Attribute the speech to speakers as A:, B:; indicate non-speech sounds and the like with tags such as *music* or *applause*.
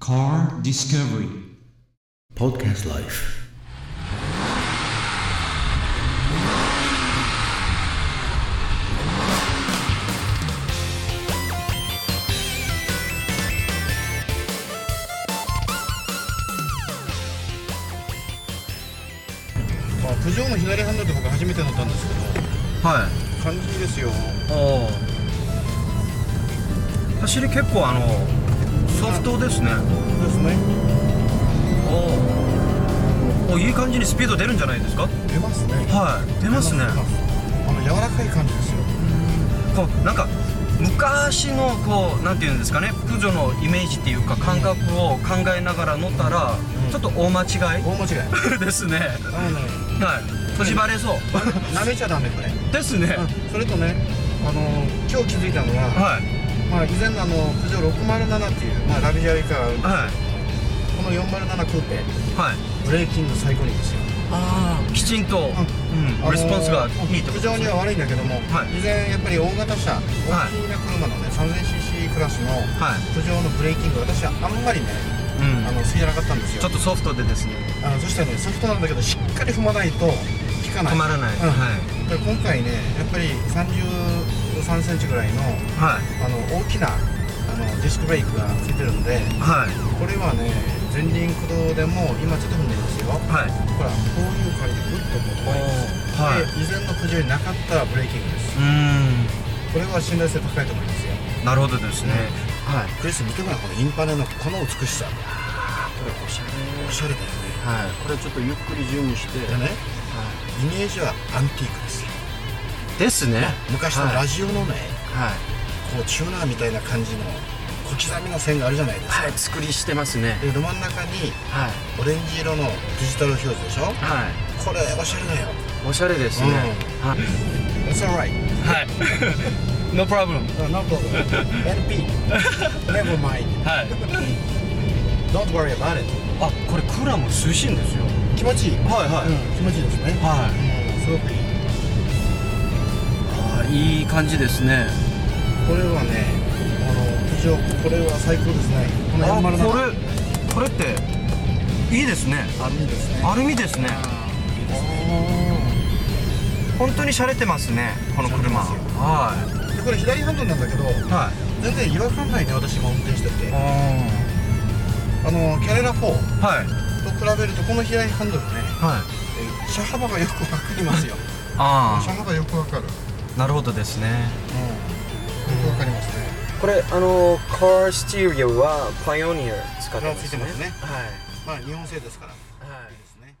A: Car Discovery
B: Podcast Life
C: あプジョーの左ハンドルって僕初めて乗ったんですけど
D: はい
C: 感じいいですよ
D: ああ走り結構あのソフトですね
C: そうですね
D: おおいい感じにスピード出るんじゃないですか
C: 出ますね
D: はい出ますね
C: あの柔らかい感じですよ
D: こうなんか昔のこうなんていうんですかねプジョのイメージっていうか感覚を考えながら乗ったら、
C: うん
D: ちょっと大間違
C: 大間違い
D: い *laughs* ですねは
C: あのね
D: い閉じばれそう
C: 舐めちゃダメこれ、
D: *laughs* ですね
C: それとねあの今日気づいたのは、
D: はい
C: まあ、以前あのプジョー607っていう、まあ、ラビジュアリーカー
D: はい
C: この407クーペ
D: はい
C: ブレーキング最高にいいですよ
D: ああきちんと、うんレスポンスがいいと
C: プジョーには悪いんだけども、
D: はい
C: 以前やっぱり大型車大きな車のね 3000cc クラスの
D: はい、
C: プジョーのブレーキング私はあんまりね
D: うん
C: あの好きじゃなかったんですよ
D: ちょっとソフトでですね
C: あのそしたらねソフトなんだけどしっかり踏まないと効かない
D: 止まらない、
C: うん
D: はい
C: だから今回ねやっぱり33センチぐらいの
D: はい
C: あの大きなあのディスクブレイクがついてるんで
D: はい
C: これはね前輪駆動でも今ちょっと踏んでみますよ
D: はい
C: ほらこういう感じでグッとこう止まります
D: はい
C: で以前のプジョーになかったブレーキングです
D: うー
C: これは信頼性高いと思いますよ
D: んなるほどですね、
C: はいクリス見てごらんこのインパネのこの美しさこれおしゃれおしゃれだよね
D: はいこれちょっとゆっくり準備して
C: でね、イメージはアンティークですよ
D: ですね
C: 昔のラジオのね、
D: は
C: こうチューナーみたいな感じの小刻みの線があるじゃないですか、
D: い作りしてますね
C: でど真ん中に
D: はい
C: オレンジ色のデジタル表示でしょ
D: はい
C: これおしゃれだよ
D: おしゃれです
C: ね
D: はい
C: That's alright
D: はい *laughs* No problem
C: No problem
D: *laughs*
C: NP Never mind
D: はい
C: Don't worry about it
D: あこれクーラーも涼しいんですよ
C: 気持ちいい、
D: はいは
C: うん、気持ちいいですね
D: はい
C: うんすごくいい
D: あーいい感じですね
C: これはねあの非常これは最高ですねこの
D: あこ
C: 山の中
D: れこれっていいですね
C: あるんですね
D: アルミですね
C: いいですね
D: 本当に洒落てますねこの車
C: 洒落て
D: は
C: でこれ左ハンドルなんだけど
D: いはい
C: 全然違和感ないね私も運転してて
D: あ
C: あのキャレラ4と
D: ーはい
C: 比べるとこの左ハンドルね
D: はい
C: え車幅がよくわかりますよ
D: あ
C: 車幅よくわかるうんよ
D: あなるほどですね
C: くわかりますね
D: これあのカースティリオはパイオニア使
C: ってますねついてますね
D: はい
C: まあ日本製ですからいい
D: はい
C: ですね